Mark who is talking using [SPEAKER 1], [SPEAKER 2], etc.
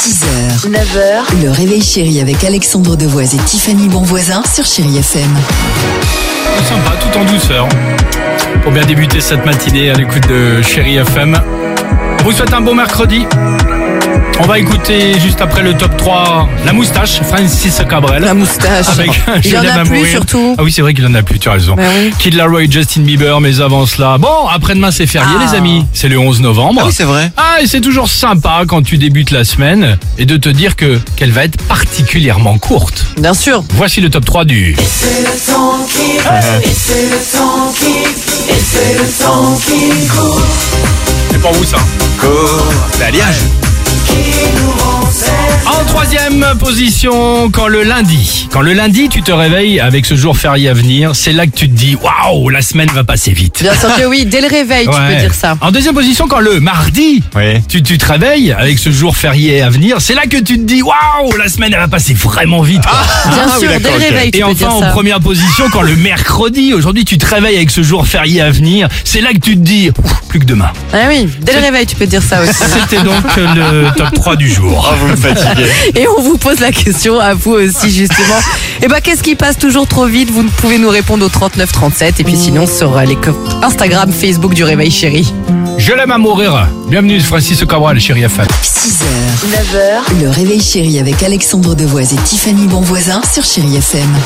[SPEAKER 1] 6h, 9h, le réveil chéri avec Alexandre Devoise et Tiffany Bonvoisin sur Chéri FM.
[SPEAKER 2] Tout Ah, sympa, tout en douceur. Pour bien débuter cette matinée à l'écoute de Chéri FM. On vous souhaite un bon mercredi. On va écouter juste après le top 3 La Moustache, Francis Cabrel.
[SPEAKER 3] La moustache.
[SPEAKER 2] Avec
[SPEAKER 3] Il en
[SPEAKER 2] Julien
[SPEAKER 3] a plus
[SPEAKER 2] Amoury.
[SPEAKER 3] surtout.
[SPEAKER 2] Ah oui, c'est vrai qu'il en a plus, tu as
[SPEAKER 1] Bah
[SPEAKER 2] raison.
[SPEAKER 3] Ben oui.
[SPEAKER 2] Kid Laroi, Justin Bieber, mais avant cela. Bon, après-demain, c'est férié,
[SPEAKER 3] Ah.
[SPEAKER 2] les amis. C'est le 11 novembre.
[SPEAKER 4] Ah oui, c'est vrai.
[SPEAKER 2] Ah, et c'est toujours sympa quand tu débutes la semaine et de te dire que qu'elle va être particulièrement courte.
[SPEAKER 3] Bien sûr.
[SPEAKER 2] Voici le top 3 du. C'est pour vous ça.
[SPEAKER 4] L'alliage.
[SPEAKER 2] En troisième position, quand le lundi, quand le lundi tu te réveilles avec ce jour férié à venir, c'est là que tu te dis waouh, la semaine va passer vite.
[SPEAKER 3] Bien sûr que oui, dès le réveil, tu
[SPEAKER 2] Ouais.
[SPEAKER 3] peux dire ça.
[SPEAKER 2] En deuxième position, quand le mardi,
[SPEAKER 4] Oui.
[SPEAKER 2] tu, tu te réveilles avec ce jour férié à venir, c'est là que tu te dis waouh, la semaine elle va passer vraiment vite. quoi.
[SPEAKER 3] Bien
[SPEAKER 4] oui,
[SPEAKER 3] sûr, dès
[SPEAKER 4] d'accord,
[SPEAKER 3] le
[SPEAKER 4] ok.
[SPEAKER 3] réveil, tu
[SPEAKER 2] Et
[SPEAKER 3] peux
[SPEAKER 2] enfin,
[SPEAKER 3] dire
[SPEAKER 2] en
[SPEAKER 3] ça.
[SPEAKER 2] première position, quand le mercredi, aujourd'hui, tu te réveilles avec ce jour férié à venir, c'est là que tu te dis, Ouf, plus que demain.
[SPEAKER 3] Ah oui, dès le réveil, tu peux dire ça aussi.
[SPEAKER 2] C'était donc le top 3 du jour.
[SPEAKER 4] Oh, vous me fatiguez.
[SPEAKER 3] Et on vous pose la question à vous aussi, justement. Et ben, qu'est-ce qui passe toujours trop vite Vous pouvez nous répondre au 39 37 et puis sinon sur euh, les co- Instagram, Facebook du Réveil Chéri.
[SPEAKER 2] Je l'aime à mourir. Bienvenue, Francis Cabral, chérie FM.
[SPEAKER 1] 6h, 9h, le réveil chéri avec Alexandre Devoise et Tiffany Bonvoisin sur Chéri FM.